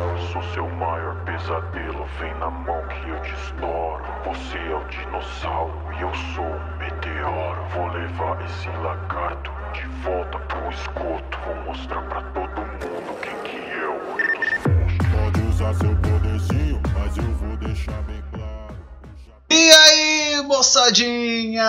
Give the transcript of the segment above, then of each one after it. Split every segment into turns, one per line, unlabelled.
o seu maior pesadelo vem na mão que eu te estouro. Você é o dinossauro e eu sou o meteoro. Vou levar esse lagarto de volta pro esgoto. Vou mostrar pra todo mundo quem que é o rei dos monstros.
Pode usar seu poderzinho, mas eu vou deixar bem claro.
E aí, moçadinha?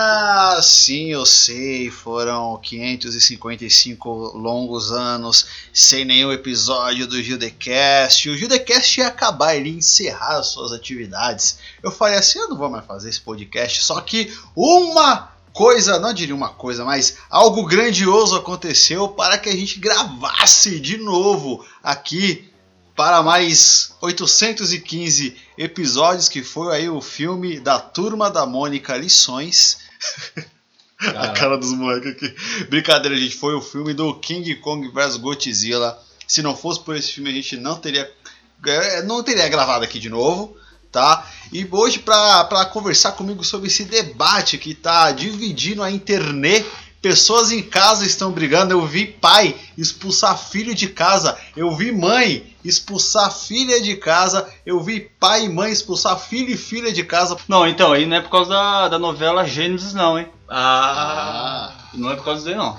Sim, eu sei, foram 555 longos anos sem nenhum episódio do Gildecast. O Gildecast ia acabar, ele ia encerrar as suas atividades. Eu falei assim, eu não vou mais fazer esse podcast, só que uma coisa, não diria uma coisa, mas algo grandioso aconteceu para que a gente gravasse de novo aqui para mais 815 episódios que foi aí o filme da Turma da Mônica Lições. A cara dos moleques aqui. Brincadeira, gente, foi o filme do King Kong vs Godzilla. Se não fosse por esse filme, a gente não teria é, não teria gravado aqui de novo, tá? E hoje para conversar comigo sobre esse debate que tá dividindo a internet Pessoas em casa estão brigando. Eu vi pai expulsar filho de casa. Eu vi mãe expulsar filha de casa. Eu vi pai e mãe expulsar filho e filha de casa.
Não, então, aí não é por causa da, da novela Gênesis, não, hein?
Ah.
Não é por causa disso, aí, não.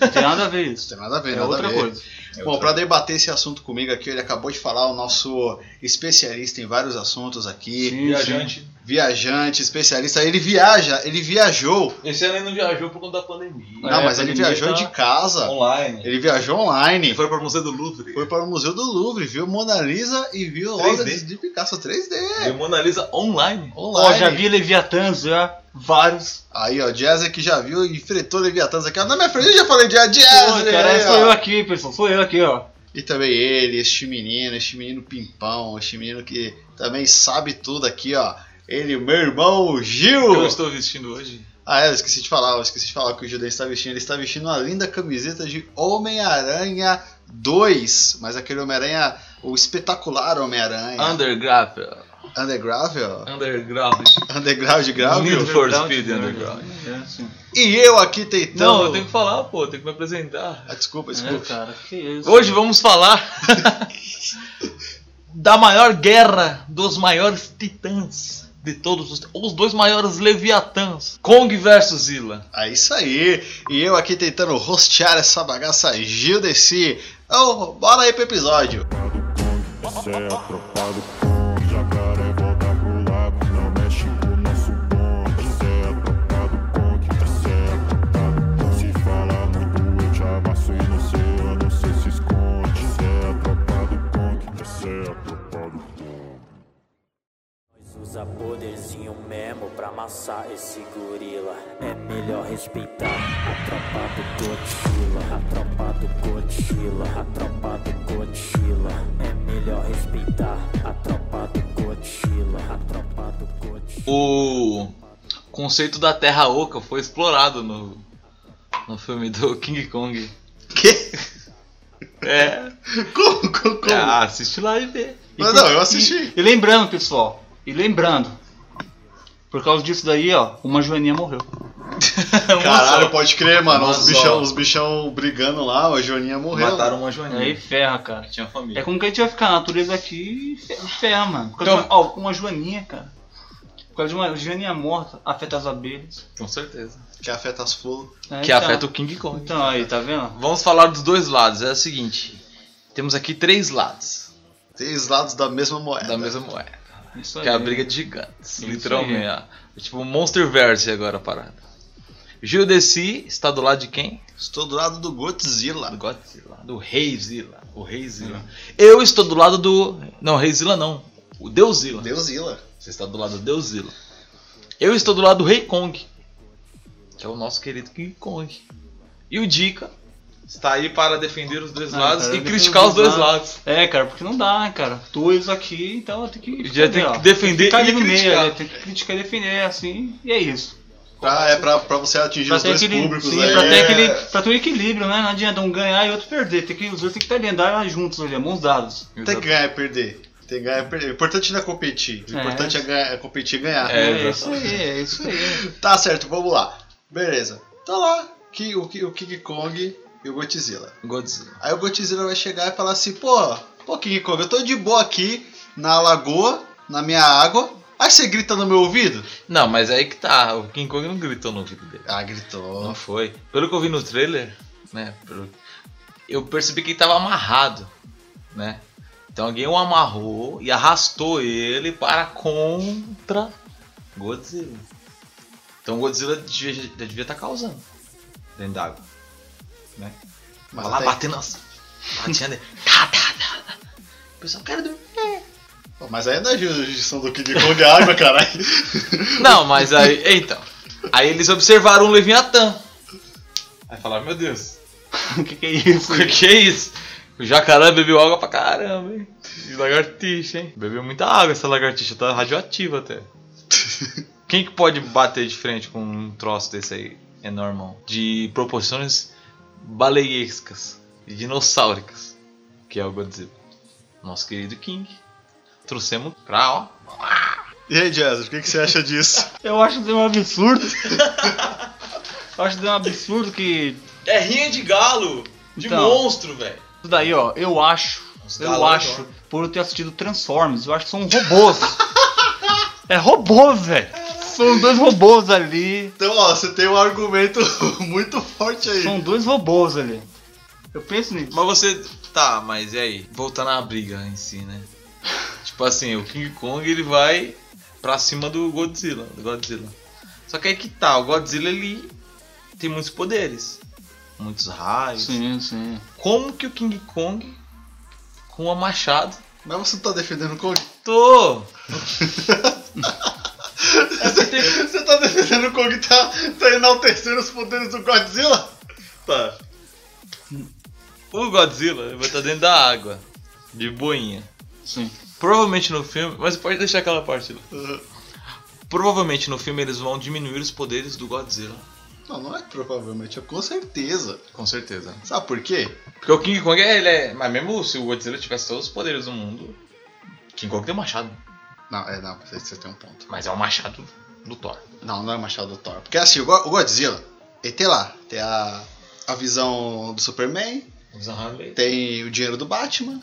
Não tem nada a ver isso.
Não tem nada a ver,
É
nada
outra
a ver.
coisa.
Bom, para debater esse assunto comigo aqui, ele acabou de falar, o nosso especialista em vários assuntos aqui.
Sim,
Viajante.
Viajante, especialista. Ele viaja, ele viajou.
Esse ano ele não viajou por conta da pandemia.
Não, mas
a
ele
pandemia
viajou
tá
de casa.
Online.
Ele viajou online.
Ele foi para o Museu do Louvre.
Foi para o Museu do Louvre, viu Mona Lisa e viu
3D.
obras de Picasso 3D.
E o Mona Lisa online.
Ó,
Online.
já vi Leviatãs, já. Vários.
Aí, ó, Jazz que já viu, enfrentou Leviatãs aqui. ó, Na minha frente eu já falei de Jazz.
É,
Pô, cara,
aí,
sou eu
ó.
aqui, pessoal. Sou eu aqui, ó.
E também ele, este menino, este menino pimpão, este menino que também sabe tudo aqui, ó. Ele, meu irmão
O que eu
Gil.
estou vestindo hoje?
Ah, é, eu esqueci de falar, eu esqueci de falar que o Judeu está vestindo. Ele está vestindo uma linda camiseta de Homem-Aranha 2. Mas aquele Homem-Aranha, o espetacular Homem-Aranha.
Underground.
Underground, ó.
Underground.
Underground,
Need
grave.
for
Underground,
Speed
né?
Underground.
É, sim.
E eu aqui
Não,
tentando.
eu tenho que falar, pô. Eu tenho que me apresentar.
Ah, desculpa,
É,
desculpa.
cara, que isso.
Hoje vamos falar da maior guerra dos maiores titãs de todos os... Os dois maiores leviatãs. Kong versus Zilla.
É isso aí. E eu aqui tentando rostear essa bagaça Gildeci. Então, bora aí pro episódio.
Tropa do Kong, essa é a tropa do Kong. Jacaré volta pro lago, não mexe com o nosso bonde. Essa é a tropa do Kong, essa é a tropa do Kong. Se fala muito, eu te amasso e no seu não sei se esconde. Essa é a tropa do Kong, essa é a tropa do Kong.
Usa poderzinho mesmo pra amassar esse gorila. É melhor respeitar a tropa do Godzilla. A tropa do Godzilla. A tropa do Godzilla. É melhor respeitar a tropa do Godzilla. A tropa do Godzilla.
o conceito da Terra Oca foi explorado no, no filme do King Kong.
Que?
É,
Como? Como? como?
ah, assiste lá e vê.
Mas não, eu assisti.
E, e lembrando, pessoal. E lembrando. Por causa disso daí, ó, uma joaninha morreu.
Uma
Caralho,
só.
pode crer, mano.
Uma
Os
só.
bichão, os bichão brigando lá, a Joaninha morreu.
Mataram uma joaninha.
Aí ferra, cara.
Tinha família.
É como que a gente vai ficar? A natureza aqui ferra, ferra mano. Por causa
Então-
de uma, ó, uma joaninha, cara. Por causa de uma joaninha morta, afeta as abelhas.
Com certeza.
Que afeta as flores.
É,
que
então.
afeta o King Kong.
Então, aí, tá vendo?
Vamos falar dos dois lados. É o seguinte: temos aqui três lados
Três lados da mesma moeda.
da mesma moeda.
Isso
Que é a
aí.
briga de gigantes.
Isso
literalmente.
aí.
ó. É tipo um Monsterverse agora a parada. Gil Desi está do lado de quem?
Estou do lado do Godzilla.
Do Godzilla. Do Rei Zilla. O Rei Zilla.
Hum.
Eu estou do lado do. Não, Rei Zilla não. O Deus Zilla.
Deusila.
Você está do lado do Deus Zilla. Eu estou do lado do Rei Kong. Que é o nosso querido King Kong. E o Dica está aí para defender os dois
Ah,
lados
cara,
e
defender
criticar
os
os dois
dois
lados.
É, cara, porque não dá, né, cara? Dois aqui, então eu tenho que.
Já tem que
ó.
defender
Ficar
e
ali no meio,
criticar.
né? tem que criticar e defender, assim, e é isso.
Pra, é pra, pra você atingir
Pra
os
ter,
dois
aquele,
públicos
sim,
aí.
pra ter
é.
aquele. Pra ter um equilíbrio, né? Não adianta um ganhar e outro perder. Tem que, os dois tem que estar lendários juntos ali, mãos dadas.
Tem que ganhar e perder. Tem que ganhar e perder. O importante não é competir. O
É.
importante é, ganhar- é competir e ganhar.
É,
isso aí, é isso aí.
Tá certo, vamos lá. Beleza. Tá lá que, o, que- o King Kong e o Godzilla.
Godzilla.
Aí o Godzilla vai chegar e falar assim, pô, Um pouquinho, Kobe. Eu tô de boa aqui na lagoa, na minha água. Aí você grita no meu ouvido?
Não, mas aí que tá. O King Kong não gritou no ouvido dele.
Ah, gritou.
Não foi. Pelo que eu vi no trailer, né? pelo- Eu percebi que ele tava amarrado, né? Então alguém o amarrou e arrastou ele para contra Godzilla. Então Godzilla devia, já devia estar causando dentro d'água. Né?
Mas
Vai lá
até-
batendo as. Batia nele. Tá, tá, tá. O pessoal quer dormir.
Pô, mas aí não é jurisdição do King Kong é água, caralho.
Não, mas aí. Então. Aí eles observaram um Leviatã. Aí falaram, meu Deus,
O que, que é isso?
Que que é isso? O jacaré bebeu água pra caramba, hein? E lagartixa, hein? Bebeu muita água essa lagartixa, tá radioativa até. Quem que pode bater de frente com um troço desse aí, enormão? De proporções baleiescas e dinossáuricas, que é o Godzilla. Nosso querido King. Trouxemos pra, ó.
E aí, Jesus, o que, que você acha disso?
Eu acho que é um absurdo. eu acho que é um absurdo que.
É rinha de galo,
de monstro,
velho.
Isso daí, ó, eu acho.
Os
Eu
galão,
acho,
ó.
por eu ter assistido Transformers, eu acho que são robôs. é robôs, velho. São dois robôs ali.
Então, ó, você tem um argumento muito forte aí.
São dois robôs ali. Eu penso nisso.
Mas você. Tá, mas e aí? Voltando à briga em si, né? tipo assim, o King Kong ele vai pra cima do Godzilla. Do Godzilla. Só que aí que tá, o Godzilla ele tem muitos poderes. Muitos raios.
Sim, sim.
Como que o King Kong com a machado.
Mas você não tá defendendo o Kong?
Tô!
Você tá defendendo o Kong tá, tá enaltecendo os poderes do Godzilla?
Tá. O Godzilla ele vai estar dentro da água. De boinha.
Sim.
Provavelmente no filme. Mas pode deixar aquela parte lá. Provavelmente no filme eles vão diminuir os poderes do Godzilla.
Não, não é que provavelmente, é com certeza.
Com certeza.
Sabe por quê?
Porque o King Kong, ele é. Mas mesmo se o Godzilla tivesse todos os poderes do mundo, King Kong tem um machado.
Não, é, não, você, você tem um ponto.
Mas é um machado do Thor.
Não, não é Machado do Thor. Porque assim, o Go- o Godzilla, ele tem lá, tem a, a visão do Superman, tem o dinheiro do Batman,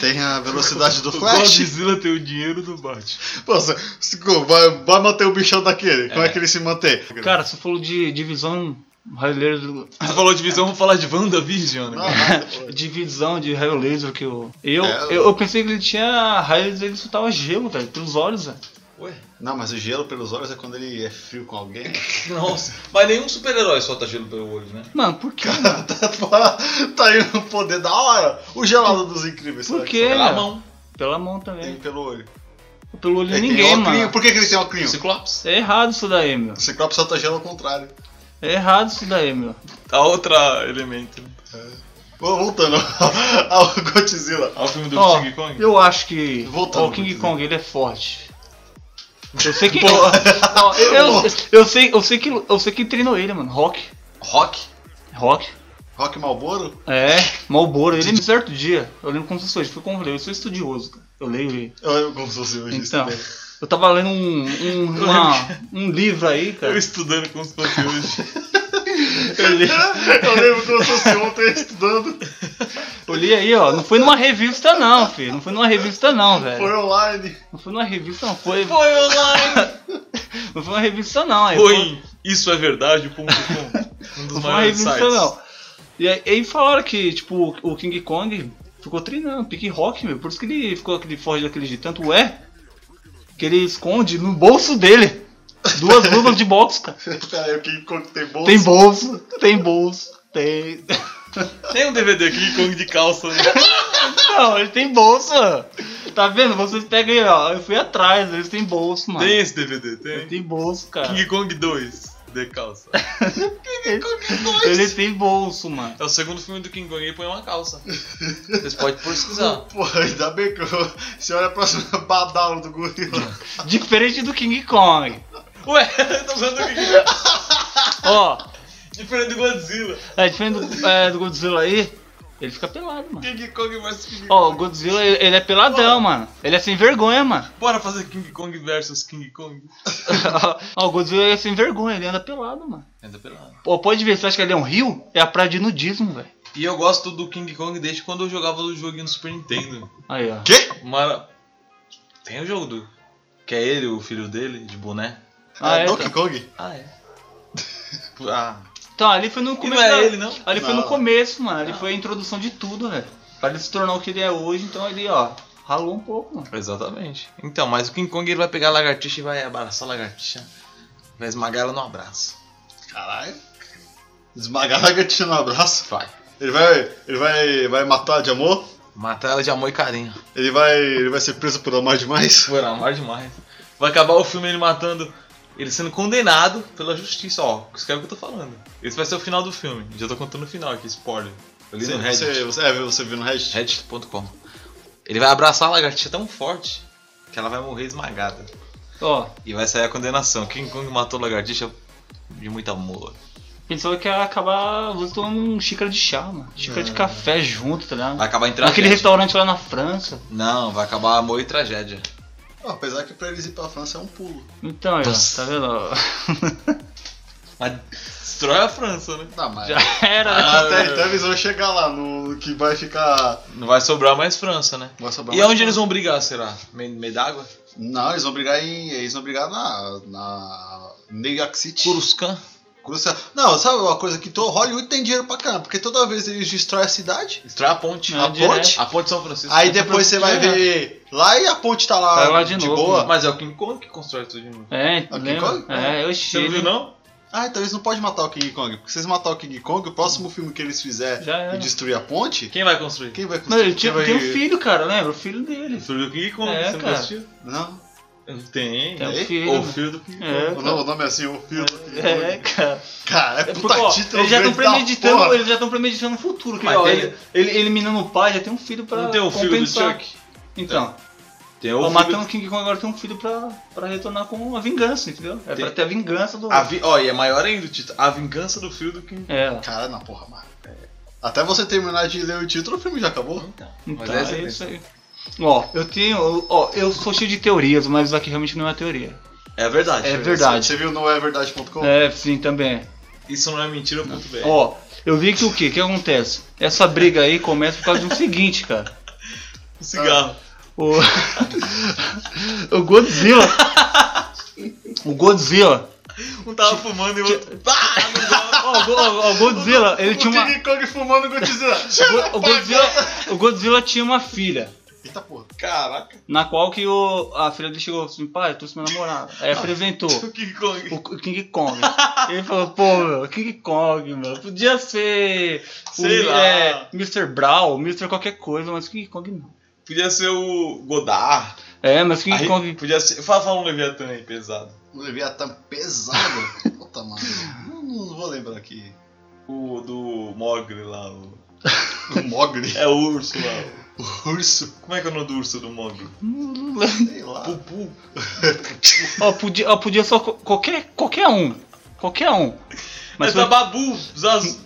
tem a velocidade do Flash.
tem o dinheiro do Batman.
Pô, se- se- vai, vai manter o bichão daquele, como é
É.
que ele se mantém?
Cara, você falou de divisão raio laser do-
Você falou de visão, vamos falar de WandaVision, né?
Não, não,
divisão de raio laser que eu. Eu,
É.
eu, eu pensei que ele tinha raio laser, ele soltava gelo, velho, pelos olhos, velho.
Ué?
não, mas o gelo pelos olhos é quando ele é frio com alguém.
Nossa. Mas nenhum super-herói solta gelo pelo olho, né?
Mano, por quê?
Cara, tá, tá- tá indo no poder da hora. O gelado dos incríveis.
Por
será que
quê?
foi?
Pela
É.
mão.
Pela mão
Tem um
também.
pelo olho.
Pelo olho de
Ele tem
ninguém,
óculinho.
mano.
Por que, que ele tem óculinho?
Ciclops.
É errado isso daí, meu.
O Ciclope solta gelo ao contrário.
É errado isso daí, meu.
A Tá outra elemento.
Ô, Voltando ao Godzilla.
Olha Tá o filme do
Ó,
King Kong.
eu acho que
Voltando,
ó, o King
vou dizer.
Kong ele é forte. Eu sei que ó, ó, eu, eu, eu sei, eu sei que eu sei que treinou ele, mano. Rock,
Rock.
Rock.
Rock Malboro?
É, Malboro, ele um certo dia, eu lembro como se hoje, fui como eu falei, eu sou estudioso, cara. Eu leio ele.
Eu lembro como se fosse hoje isso
Então,
também.
eu tava lendo um um, uma- um livro aí, cara.
estudando com os conteúdos.
Eu li,
Eu lembro como se fosse ontem estudando.
eu li aí, ó, não foi numa revista não, filho. Não foi numa revista não,
Foi
velho.
online.
Não foi numa revista não, foi,
Foi online.
não foi uma revista não, aí
Foi em isso é verdade. Ponto com. Um dos
Não foi uma
maiores
revista,
sites.
não. E aí, aí falaram que, tipo, o King Kong ficou treinando, pique rock, meu. Por isso que ele ficou aquele foge daquele jeito. Tanto é que ele esconde no bolso dele duas luvas de boxe, cara.
Pera aí, o King Kong tem bolsa?
Tem bolso, tem bolso, tem.
Tem um DVD aqui, Kong de calça. Né?
Não, ele tem bolso, mano. Tá vendo? Vocês pegam aí, ó. Eu fui atrás, eles têm bolso, mano.
Tem esse DVD,
Ele
tem.
tem bolso, cara.
King Kong 2 de calça.
Ele tem bolso, mano.
É o segundo filme do King Kong e põe uma calça. Vocês podem pesquisar.
Pô, ainda bem que eu- você olha a próxima badalo do gorila.
Diferente do King Kong.
Ué, eu tô falando do King Kong.
Ó,
Diferente do Godzilla.
é diferente do, é, do Godzilla aí, ele fica pelado, mano.
King Kong vs King Kong.
Ó, o Godzilla, ele ele é peladão, mano. Ele é sem vergonha, mano.
Bora fazer King Kong versus King Kong.
Ó, o Godzilla ele é sem vergonha, ele anda pelado, mano.
Ainda pelado.
Pô, pode ver, você acha que ele é um rio? É a praia de nudismo, velho.
E eu gosto do King Kong desde quando eu jogava o joguinho no Super Nintendo.
Aí, ó.
Quê?
Mara... Tem o jogo do. Que é ele, o filho dele, de boné.
Ah, é,
Donkey
tá.
Kong?
Ah, é. Ah.
Então, ali foi no
E
começo.
não é
da-
ele, não?
Ali foi no
Não.
começo, mano. Ali foi a introdução de tudo, velho. Pra ele se tornar o que ele é hoje, então ele, ó, ralou um pouco, mano.
Exatamente. Então, mas o King Kong ele vai pegar a lagartixa e vai abraçar a lagartixa. Vai esmagar ela no abraço.
Caralho. Esmagar a lagartixa no abraço.
Vai.
Ele vai. Ele vai. Vai matar de amor?
Matar ela de amor e carinho.
Ele vai. Ele vai ser preso por amar demais?
Foi amar demais. Vai acabar o filme ele matando. Ele sendo condenado pela justiça, ó. Escreve o que eu tô falando. Esse vai ser o final do filme. Já tô contando o final aqui, spoiler. Eu li
Você,
no Reddit.
você, você, é, você viu no Reddit?
Reddit.com. Ele vai abraçar a lagartixa tão forte que ela vai morrer esmagada.
Ó,
E vai sair a condenação. King Kong matou a lagartixa de muita mula.
pensou que ia acabar você tomando um xícara de chá, mano. Xícara
É.
de café junto, tá ligado?
Vai acabar em
Naquele
tragédia.
restaurante lá na França.
Não, vai acabar amor e tragédia.
Ó, apesar que pra eles ir pra França é um pulo.
Então, aí, ó,
Nossa.
tá vendo? ó?
Mas destrói a França, né?
Não, Tá, mas.
Já era, né?
Ah,
até, até eles vão chegar lá, no, que vai ficar.
Não vai sobrar mais França, né?
Vai sobrar
E
é
mais
onde eles vão brigar, será? Meio, meio d'água?
Não, eles vão brigar em. Eles vão brigar na. na. New York
é.
City.
Coruscant?
Cruza- Não, sabe uma coisa que to- Hollywood tem dinheiro pra caramba, porque toda vez eles destroem a cidade,
Destrói a ponte.
Não,
a
direto.
ponte? A ponte de São Francisco.
aí depois você vai ver lá e a ponte tá lá,
Tá lá de novo,
boa.
Mas é o King Kong que constrói tudo de novo.
É,
Ah, que coisa?
lembra? É, eu
Você não viu,
cheio.
não?
Ah, então eles não podem matar o King Kong, porque se eles matar o King Kong, o próximo filme que eles fizer
Já era.
e destruir a ponte,
Quem vai construir?
quem vai
Não, ele
quem
tinha,
vai...
tem um filho, cara, lembra? O filho dele.
Construiu o King Kong,
É,
você não
cara.
assistiu?
Não, Ei,
Tem
Tem. né?
um filho.
Ou o filho do King Kong.
É,
o nome- o nome é assim, o filho do King Kong.
É, cara.
Cara, é
É
puta
porque, ó,
título
eles já estão
grande da
premeditando,
porra.
eles já estão premeditando o futuro. Que,
Mas
ó,
tem-
ele, ele eliminando o pai, já tem um filho pra
Não tem o filho do
compensar.
Chuck?
Então,
Tem
ó,
o
matando
filho...
o King Kong agora tem um filho pra, pra retornar com a vingança, entendeu? É
Tem-
pra ter a vingança do...
A vi... Ó, e é maior ainda o título. A vingança do filho do King Kong.
É,
Cara, não, porra, mano. É, Até você terminar de ler o título, o filme já acabou.
então
Mas essa
é
é
isso aí. Ó, eu tenho... Ó, eu sou cheio de teorias, mas isso aqui realmente não é uma teoria.
É verdade.
É verdade.
Você viu no everdade.com?
É, sim, também.
Isso não é mentira, muito bem.
Ó, eu vi que o que? O que acontece? Essa briga aí começa por causa de um seguinte, cara.
Um cigarro.
O, o Godzilla. O Godzilla.
Um tava fumando e o outro.
Ó, o Go- ó, o Godzilla, ele tinha uma.
King Kong fumando Godzilla.
O Godzilla, o Godzilla tinha uma filha.
Eita porra.
Caraca,
Na qual que o, a filha dele chegou assim, pai, eu trouxe meu namorado. Aí apresentou
o King Kong.
o o King Kong. Ele falou, pô, meu, King Kong, meu, podia ser o,
Sei lá.
é, Mr. Brown, Mr. qualquer coisa, mas King Kong não.
Podia ser o Godard.
É, mas King
Aí,
Kong
Podia ser. Fala, fala um Leviathan aí, pesado.
O Leviatã pesado. Puta, mano. Não, não vou lembrar aqui.
O do Mogli lá. O...
O Mogli.
É o urso lá.
O urso.
Como é que é o nome do urso do Mogli?
Sei lá.
Pupu.
Ó, podia, ó, podia só co- qualquer, qualquer um. Qualquer um. Mas
Mas
foi
é Babu. Zaz...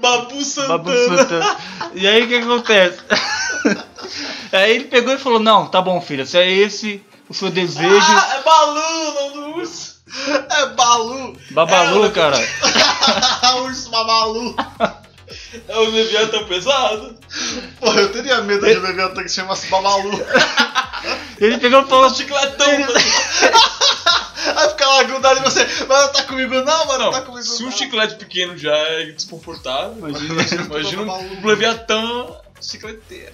Babu Santana.
Babu Santana. E aí o que acontece? aí ele pegou e falou: Não, tá bom, filha, se é esse o seu desejo.
Ah, é Balu, o nome do urso.
É Balu.
Babalu, cara.
urso Babalu.
É o Leviathan pesado.
Pô, eu teria medo de um Leviatã que se chamasse Babalu.
Ele pegou e falou:
É
assim,
Chicletão.
Aí fica lá grudado em você. Mas não tá comigo não, mano. Não, tá
Não,
comigo
se
não.
um chiclete pequeno já é desconfortável, imagina, imagina um
Babalu.
Leviatã chicleteiro.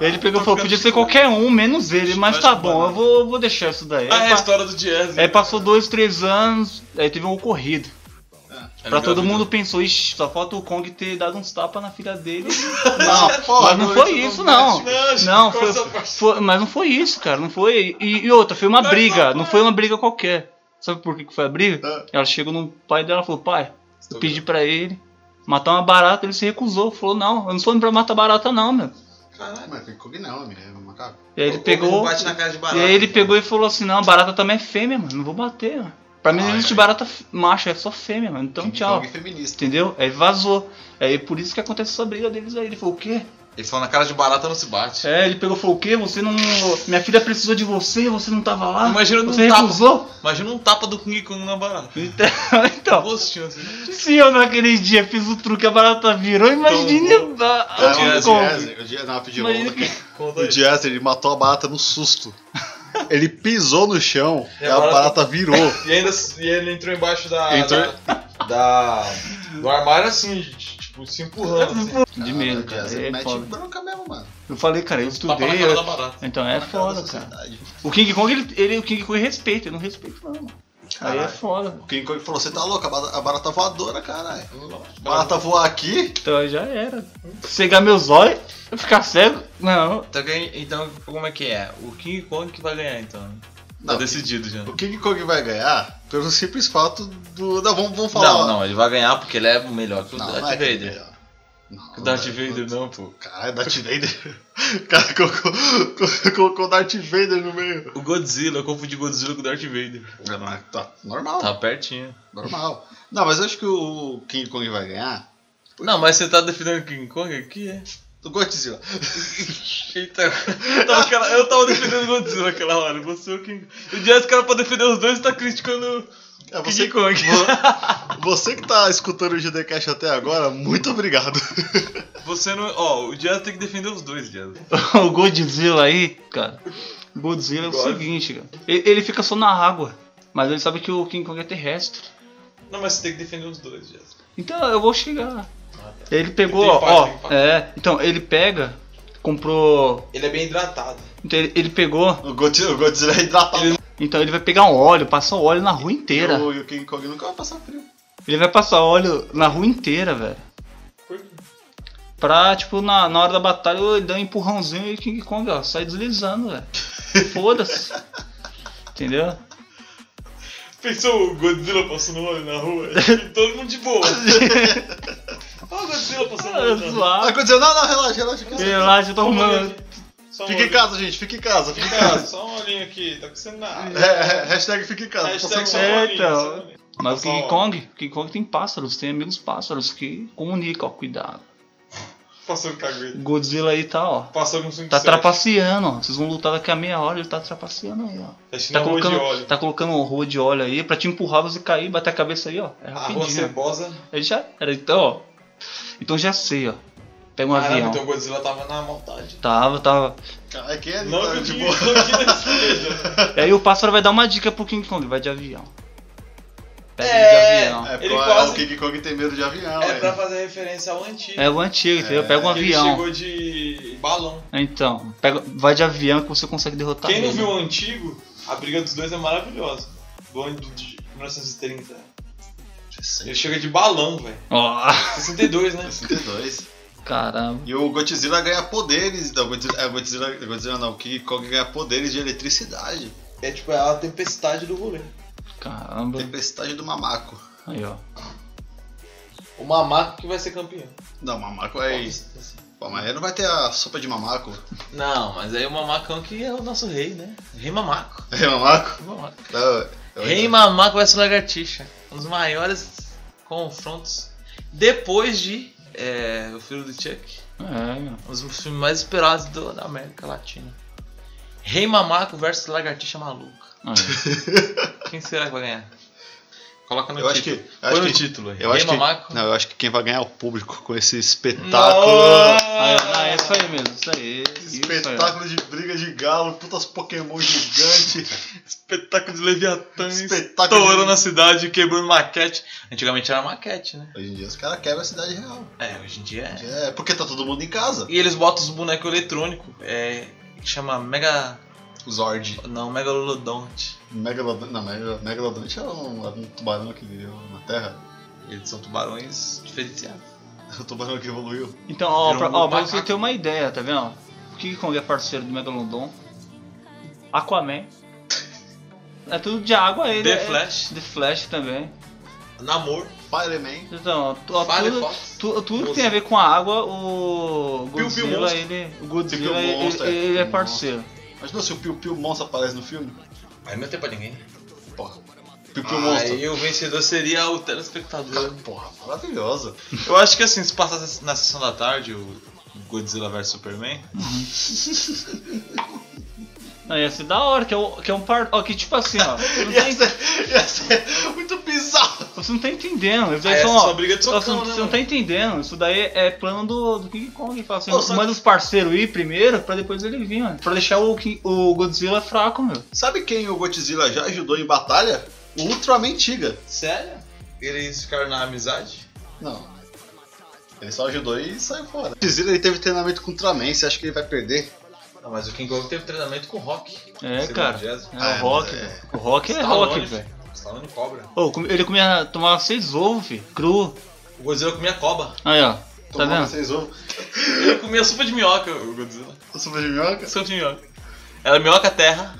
Ele pegou e falou:
ficando
Podia ser qualquer um, menos ele, mas
Mas
tá
tá
bom,
bom.
eu vou, vou deixar isso daí.
Ah, é
Aí,
a
pa-
história do Jazz.
é
aí passou dois, três anos, aí teve um ocorrido.
É
Pra todo mundo pensou, ixi, só falta o Kong ter dado uns tapas na filha dele.
Não, pô,
mas não foi isso, não.
Não, assim. gente,
Não,
qual
foi,
essa parte?
foi- mas não foi isso, cara. Não foi. E, e outra, foi uma
Mas
briga.
qual
Não
foi?
foi uma briga qualquer. Sabe por que que foi a briga?
Ah.
Ela chegou no pai dela e falou: pai, eu
Estou
pedi pra ele matar uma barata. Ele se recusou. Falou: não, eu não sou homem pra matar barata, não, meu.
Caralho, mas King Kong não, amigo. É macaco.
E aí ele
Ou
pegou.
não um bate na cara de
E
barata.
aí ele pegou e falou assim: não, a barata também é fêmea, mano. Não vou bater, mano. Pra mim não
Ai,
existe
ai.
barata f- macho, é só fêmea, mano. Então
King
tchau.
Kong feminista.
Entendeu? Aí vazou. Aí por isso que acontece essa briga deles aí. Ele falou, o quê?
Ele falou, na cara de barata não se bate.
É, ele pegou e falou o quê? Você não. Minha filha precisou de você e você não tava lá?
Imagina
você
um tapa.
recusou?
Imagina um tapa do King Kong na barata.
Então,
Tá.
então,
Rostinho assim.
se eu naquele dia fiz o truque, a barata virou, imagine
Tomou.
a- a-
Imagina
a-
Jazz,
como.
É, o Jazz, não, pediu
Então Imagina que.
Conta
O
aí.
Jazz, ele matou a barata no susto. Ele pisou no chão e,
E
a
a barata-
tá
barata virou.
E ainda e ele entrou embaixo da.
Entrou-
Da, da- Do armário assim, tipo, se empurrando. Assim.
Ah,
De medo, cara.
Jazz,
É
mete
foda.
bronca mesmo, mano.
Eu falei, cara, eu
Tapa na
estudei.
cara
eu-
da barata.
Então é foda, cara.
Sociedade.
O King Kong, ele, ele- o King Kong respeita, eu não respeito, não. mano. Aí é
Caralho.
foda.
O King Kong falou, você tá louco, a barata- a barata voadora, caralho. A barata voar aqui?
Então já era. Cegar meus olhos, eu ficar cego. Não,
Então, quem- então, como é que é? O King Kong que vai ganhar, então.
Não,
tá decidido já.
O King Kong vai ganhar pelo simples fato do... Não, vamos, vamos falar.
Não, não, ele vai ganhar porque ele é melhor que o
Não,
Darth
não é que
Vader.
ganhar. Não,
O Darth
não é.
Vader não, pô.
Caralho, Darth Vader. O cara colocou, colocou Darth Vader no meio.
O Godzilla, eu confundi Godzilla com o Darth Vader.
É, mas Tá normal,
Tá pertinho.
normal. Não, mas eu acho que o King Kong vai ganhar.
Não, mas você tá defendendo o King Kong aqui, é?
Do Godzilla.
Então, eu tava, aquela- eu tava defendendo o Godzilla naquela hora, e você e o King Kong. O Jazz, cara, pra defender os dois, tá criticando
É
o
você,
King Kong.
você que tá escutando o Judecast até agora, muito obrigado.
Você não. Ó, o Jazz tem que defender os dois, Jazz.
o Godzilla aí, cara. Godzilla é o
Godzilla.
seguinte, cara. Ele, ele fica só na água. Mas ele sabe que o King Kong é terrestre.
Não, mas você tem que defender os dois, Jazz.
Então eu vou chegar. Ele pegou,
Tem
ó.
parte, tem
ó
parte.
é, então ele pega, comprou.
Ele é bem hidratado.
Então ele, ele pegou.
O Godzilla, o Godzilla é hidratado.
Então ele vai pegar um óleo, passar óleo na rua inteira.
E o, e o King Kong nunca vai passar frio.
Ele vai passar óleo na rua inteira, velho.
Por quê?
Pra, tipo, na, na hora da batalha, ele dá um empurrãozinho e o King Kong, ó, sai deslizando, velho. Foda-se. Entendeu?
Pensou o Godzilla passando óleo na rua? E todo mundo de boa. Olha o Godzilla passando
Ah,
óleo na rua.
Aí o
zoado.
Godzilla, não, não, relaxa, relaxa. relaxa.
Relaxa, eu tô arrumando.
Só um
Fica em
olhinho.
casa, gente, fica em casa. Fica em
Fica em
casa.
casa, só um olhinho aqui, tá acontecendo nada.
É, é, hashtag fica em casa.
Hashtag só
Passou-
um
É,
olhinho,
então.
só um olhinho.
Mas o
Só
King
um
Kong, o King Kong tem pássaros, tem amigos pássaros que comunicam, ó, cuidado.
Passou com
O
cagueta.
Godzilla aí tá, ó.
Passou com 5
Tá trapaceando, ó. Vocês vão lutar daqui a meia hora, ele tá trapaceando aí, ó.
Tá
Tá
chinando arroz de
colocando,
óleo.
tá colocando um rolo de óleo aí pra te empurrar, você cair, bater a cabeça aí, ó. É
Arroz
rapidinho.
cebosa.
Ele já era, então, ó. Então já sei, ó. Pega um
Caramba,
avião.
então o Godzilla tava na maldade.
Tava, tava.
Caralho, quem é
Não tipo,
tá
é que o
de
King
boa?
Kong não esteja.
E aí o pássaro vai dar uma dica pro King Kong, vai de avião. Pega
É,
ele de avião.
É,
Ele
porque
quase-
o King Kong tem medo de avião,
É
é.
pra fazer referência ao antigo.
É o antigo, entendeu? Pega um
que É, ele
avião.
chegou de balão.
Então, pega, vai de avião que você consegue derrotar
Quem não
ele.
viu o antigo, a briga dos dois é maravilhosa. Do ano do- de 1930. Ele chega de balão, velho.
Ó,
62, né?
62.
caramba.
E o Godzilla ganha poderes. Não, Godzilla, é, Godzilla, Godzilla não, o King Kong ganha poderes de eletricidade.
É tipo é a tempestade do rolê. Hum.
Caramba.
Tempestade do mamaco.
Aí, ó.
O mamaco que vai ser campeão. assim.
Não, mamaco é isso. Pô, mas aí não vai ter a sopa de mamaco.
Não, mas aí o mamacão que é o nosso rei, né? Rei mamaco.
É mamaco?
Rei mamaco,
Não, eu-
rei mamaco versus lagartixa. Um dos maiores confrontos. Depois de é, O Filho do Chuck.
É, meu.
Um dos filmes mais esperados do- da América Latina. Rei mamaco versus lagartixa maluca.
Aí.
Quem será que vai ganhar? Coloca no
Eu acho
título.
que- eu
Põe
acho
no
que-
título.
Eu
rei
acho,
mamaco.
que, não, eu acho que quem vai ganhar é o público com esse
Não!
espetáculo.
Aí, não, é isso aí mesmo, isso aí. Isso aí.
Espetáculo de briga de galo, putas Pokémon gigante.
Espetáculo de Leviatãs.
Espetáculo
Estourando
de-
na cidade, quebrando maquete. Antigamente era maquete, né?
Hoje em dia os caras quebram a cidade real.
É, hoje em dia é.
É, porque tá todo mundo em casa.
E eles botam os bonecos eletrônicos, é, que chama Mega.
Zord.
Não, Megalodonte.
Megalodon, não, Mega- Megalodonte é um, é um tubarão que viveu na Terra.
Eles são tubarões diferenciados.
É um tubarão que evoluiu.
Então, ó,
Virou
pra,
um
ó, pra
macaco.
você ter uma ideia, tá vendo? O King Kong é parceiro do Megalodon. Aquaman. É tudo de água ele.
The
é-
Flash.
The Flash também.
Namor,
Fireman.
Então, ó,
Fire
tudo,
Fox.
tu- tudo que
Monstro.
tem a ver com a água, o
Piu-piu
Godzilla,
monstro.
ele, o Godzilla
Piu-piu
ele,
monstro, é.
ele é parceiro.
Imagina se o Piu Piu Monstro aparece no filme.
Aí não tem pra ninguém.
Porra. Piu Piu Monstro.
Aí o vencedor seria o telespectador.
Porra, maravilhosa.
Eu acho que assim, se passasse na sessão da tarde, o Godzilla vs Superman.
Não, ia ser da hora, que é um, que é um par. Ó, que tipo assim, ó. Você não,
Ia
tem,
ser, ia ser muito bizarro.
você não tá entendendo. Eles
Aí
são,
essa
ó,
só briga de
ó,
socão,
você, não-
né,
você não tá entendendo. Isso daí é plano do, do King Kong. Fala assim,
Ô, só-
manda os parceiros ir primeiro pra depois ele vir, mano. Pra deixar o, Ki- o Godzilla fraco, meu.
Sabe quem o Godzilla já ajudou em batalha? O Ultraman Tiga.
Sério? Eles ficaram na amizade?
Não. Ele só ajudou e saiu fora. Godzilla ele teve treinamento com o Ultraman, você acha que ele vai perder?
Não, mas o King Kong teve treinamento com o Rock.
É,
Segundo
cara.
Jazz.
É,
Ah,
o Rock.
mas é.
velho. O Rock é Rock, velho.
Stallone cobra.
Ô, comi- ele comia, tomava seis ovos, filho. Cru.
O Godzilla comia cobra.
Aí, ó. Tá
Tomara
vendo?
Vocês vão.
Ele comia sopa de minhoca, o Godzilla.
Sopa de minhoca?
Sopa de minhoca. Era minhoca terra,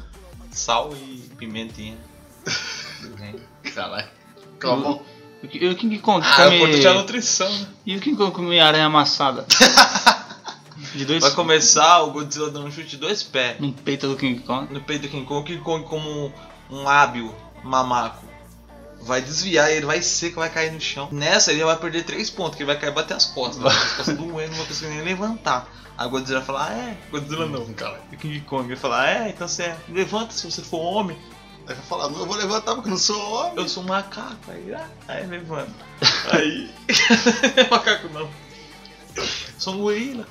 sal e pimentinha. Do reino.
Caralho. Calma.
E o Ki- E o King Kong
Ah, o importante é a
come...
nutrição, né?
E o King Kong comia aranha amassada. De dois...
Vai começar o Godzilla dando um chute de dois pés
No peito do King Kong.
no peito do King Kong. O King Kong, como um, um hábil mamaco, vai desviar, ele vai seco, vai cair no chão. Nessa, ele vai perder três pontos, que ele vai cair e bater as costas. Vai. As costas doendo, não vai conseguir nem levantar. Aí o Godzilla vai falar, ah, é, Godzilla não, cara. E o King Kong vai falar, ah, é, então você é- levanta se você for homem.
Aí vai falar, não, eu vou levantar porque eu não sou homem.
Eu sou um macaco, aí, ah, aí levanta. Aí. macaco não. Sou um gorila.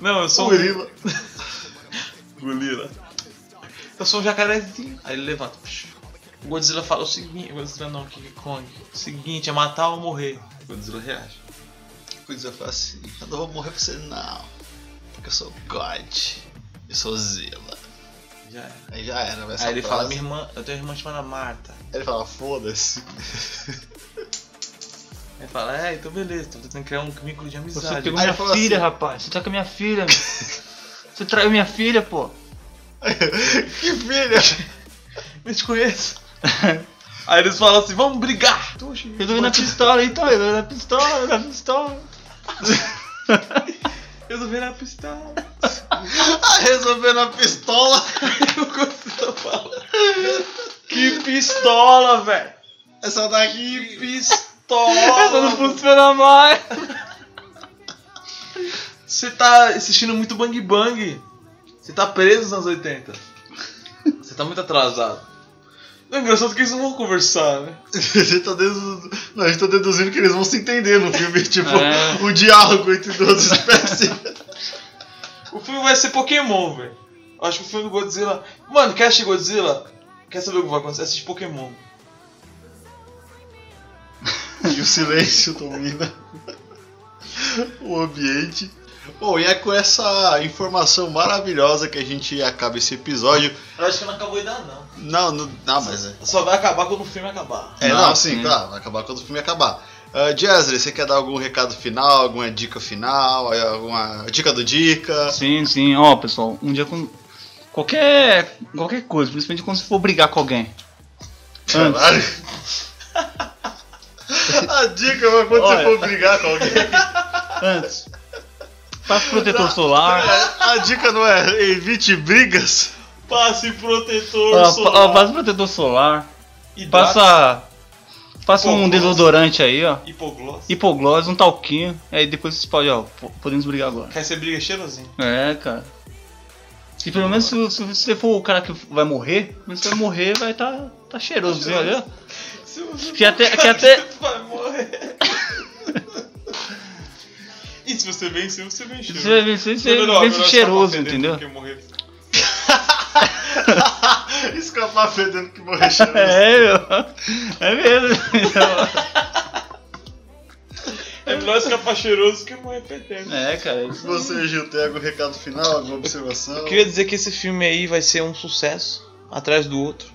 Não, eu sou um
Gorila.
gorila. Eu sou um jacarezinho. Aí ele levanta. psh. O Godzilla fala o seguinte, o Godzilla não, King Kong. O seguinte, é matar ou morrer. O Godzilla reage.
Coisa fala assim, eu não vou morrer pra você não. Porque eu sou God. Eu sou Zilla.
Já era.
Aí já era, vai
Aí ele fala, minha irmã, eu tenho uma irmã chamada Marta.
Ele fala, foda-se.
Aí ele fala, é, então beleza, tô tentando criar um vínculo de
Você
amizade.
pegou
Aí
minha
ele falou
filha,
assim-
rapaz. Você tá com a minha filha, meu. Você traiu minha filha, pô.
que filha!
um-
Eu te conheço. Aí eles falam assim, vamos brigar!
Resolvi na pistola, então. Resolvi na pistola, na pistola.
Eu tô vendo a pistola.
Tá resolvendo a pistola.
Eu gosto dessa palavra. Que pistola, velho!
Essa daqui.
Que pistola!
Essa não funciona mais.
Você tá assistindo muito Bang Bang. Você tá preso nos anos 80. Você tá muito atrasado. Não é engraçado que eles não vão conversar, né?
a, gente tá dedu- não, a gente tá deduzindo que eles vão se entender no filme. Tipo,
É.
o diálogo entre duas espécies.
O filme vai ser Pokémon, velho. Eu Acho que o filme do Godzilla. Mano, quer assistir Godzilla? Quer saber o que vai acontecer? Assiste Pokémon.
e o silêncio domina o ambiente. Bom, e é com essa informação maravilhosa que a gente acaba esse episódio.
Eu acho que não acabou ainda, não.
Não, não, não mas é.
Só vai acabar quando o filme acabar.
É, não,
Não,
sim,
sim.
claro, vai acabar quando o filme acabar. Uh, Jazzy, você quer dar algum recado final, alguma dica final, alguma dica do Dica?
Sim, sim. Ó, pessoal. Um dia com... Qualquer... Qualquer coisa. Principalmente quando você for brigar com alguém. Antes.
Caralho. A dica vai quando você
Olha.
for brigar com alguém.
Antes. Passa protetor solar.
A dica não é evite brigas.
Passe protetor um
Ó,
solar.
ó, passa protetor solar.
Hidrata-
Passa... Passa um
Hipoglose.
desodorante aí, ó.
Hipoglose.
Hipoglose, um talquinho. Aí depois vocês podem, ó. po- Podemos brigar agora.
Quer ser briga cheirosinho.
É, cara. E pelo menos se, se você for o cara que vai morrer, quando você vai morrer, vai tá, tá cheiroso, viu? ali, ó.
Se você
Que até, que até.
vai morrer. e se você vencer, você vem
Você vai vencer, você vence cheiroso, entendeu?
Escapar fedendo que morrer cheirando.
É, meu. É mesmo.
É melhor escapar cheiroso que morrer perdendo.
é, cara. isso-
Você, Gil, tem algum recado final, alguma observação?
Queria dizer que esse filme aí vai ser um sucesso atrás do outro.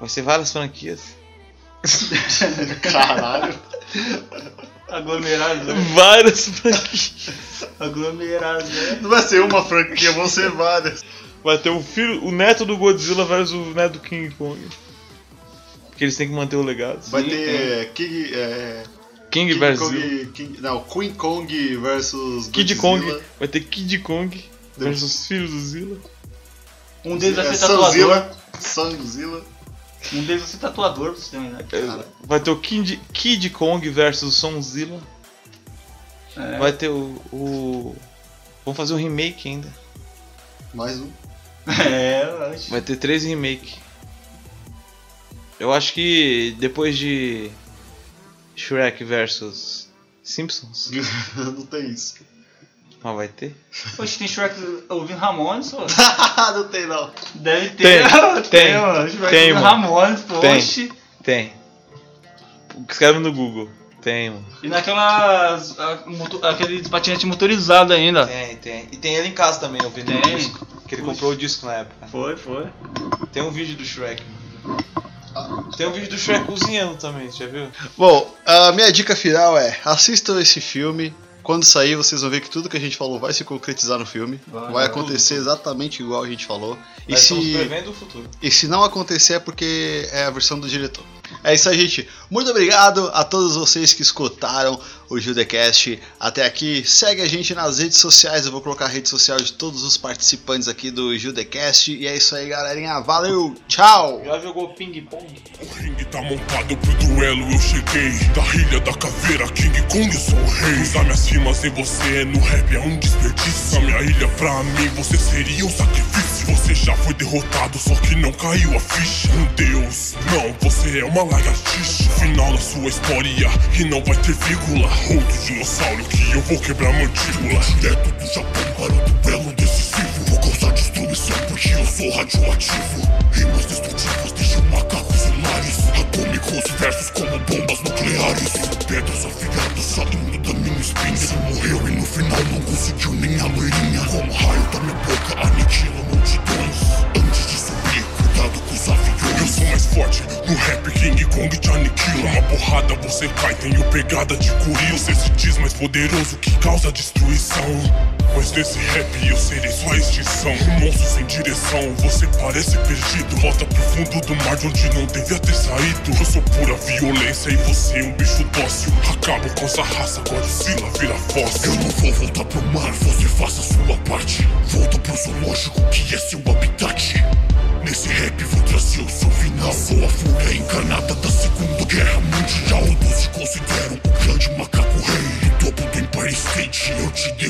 Vai ser várias franquias.
Caralho.
Aglomerado, né?
Várias franquias.
Aglomerado, né?
Não vai ser uma franquia, vão ser várias.
Vai ter o filho, o neto do Godzilla versus o neto do King Kong. Porque eles têm que manter o legado.
Vai
Sim,
ter é, King, é,
King,
King
versus
Kong, King, não, Queen Kong versus
Kid Kong.
Godzilla.
Vai ter Kid Kong versus filhos do Zilla.
Um deles vai
é,
ser tatuador.
Sanzilla, Sanzilla.
Um deles vai ser tatuador, pra né? vocês terem uma ideia.
Vai ter o Kid, Kid Kong versus Sonzilla.
É.
Vai ter o, o. Vamos fazer um remake ainda.
Mais um.
É, eu acho.
Vai ter três remake. Eu acho que depois de Shrek versus Simpsons,
não tem isso.
não vai ter?
Poxa, tem Shrek ouvindo Ramones, pô.
não tem não.
Deve ter.
Tem, tem,
mano. Shrek
tem,
ouvindo
mano.
Ramones,
Tem.
poxa.
Tem. Escreve no Google. Tem, mano.
E naquelas. a- moto- Aquele patinete motorizado ainda.
Tem, tem. E tem ele em casa também, ouvindo
Tá. Tem.
o disco. Que ele
Puxa.
comprou o disco na época.
Foi, foi.
Tem um vídeo do Shrek. mano. Tem um vídeo do Shrek cozinhando também, você já viu?
Bom, a minha dica final é: assistam esse filme. Quando sair, vocês vão ver que tudo que a gente falou vai se concretizar no filme. Vai,
Vai,
acontecer exatamente igual a gente falou. E
Nós estamos
se,
prevendo o futuro.
e se não acontecer é porque é a versão do diretor. É isso aí, gente. Muito obrigado a todos vocês que escutaram o Judecast até aqui. Segue a gente nas redes sociais. Eu vou colocar a rede social de todos os participantes aqui do Judecast. E é isso aí, galerinha. Valeu, tchau!
Já jogou ping-pong?
O ringue tá montado pro duelo, eu cheguei Da ilha da caveira, King Kong, eu sou o rei Usar minhas rimas em você no rap é um desperdício A minha ilha pra mim, você seria um sacrifício Você já foi derrotado, só que não caiu a ficha Um deus, não, você é uma lagartixa Final da sua história, e não vai ter vírgula Outro dinossauro que eu vou quebrar a mandíbula Direto do Japão para o duelo decisivo Vou causar destruição porque eu sou radioativo Rimas destrutivas deixam macacos hilários Atômicos versos como bombas nucleares Pedras afiadas saindo da minha espinha Você morreu e no final não conseguiu nem a loirinha Como raio da minha boca aniquila multidões Antes de subir, cuidado com os aviões Eu sou mais forte no rap King Kong te aniquila Uma porrada você cai, tenho pegada de Curil Você se diz mais poderoso que causa destruição mas desse rap eu serei sua extinção Um monstro sem direção, você parece perdido Volta pro fundo do mar de onde não devia ter saído Eu sou pura violência e você é um bicho dócil Acabo com essa raça, Godzilla vira fóssil Eu não vou voltar pro mar, você faça sua parte Volta pro zoológico que é seu habitat Nesse rap vou trazer o seu final Sou a fúria encarnada da segunda guerra mundial Todos se consideram o grande macaco rei No topo do Empire State eu te derrubo um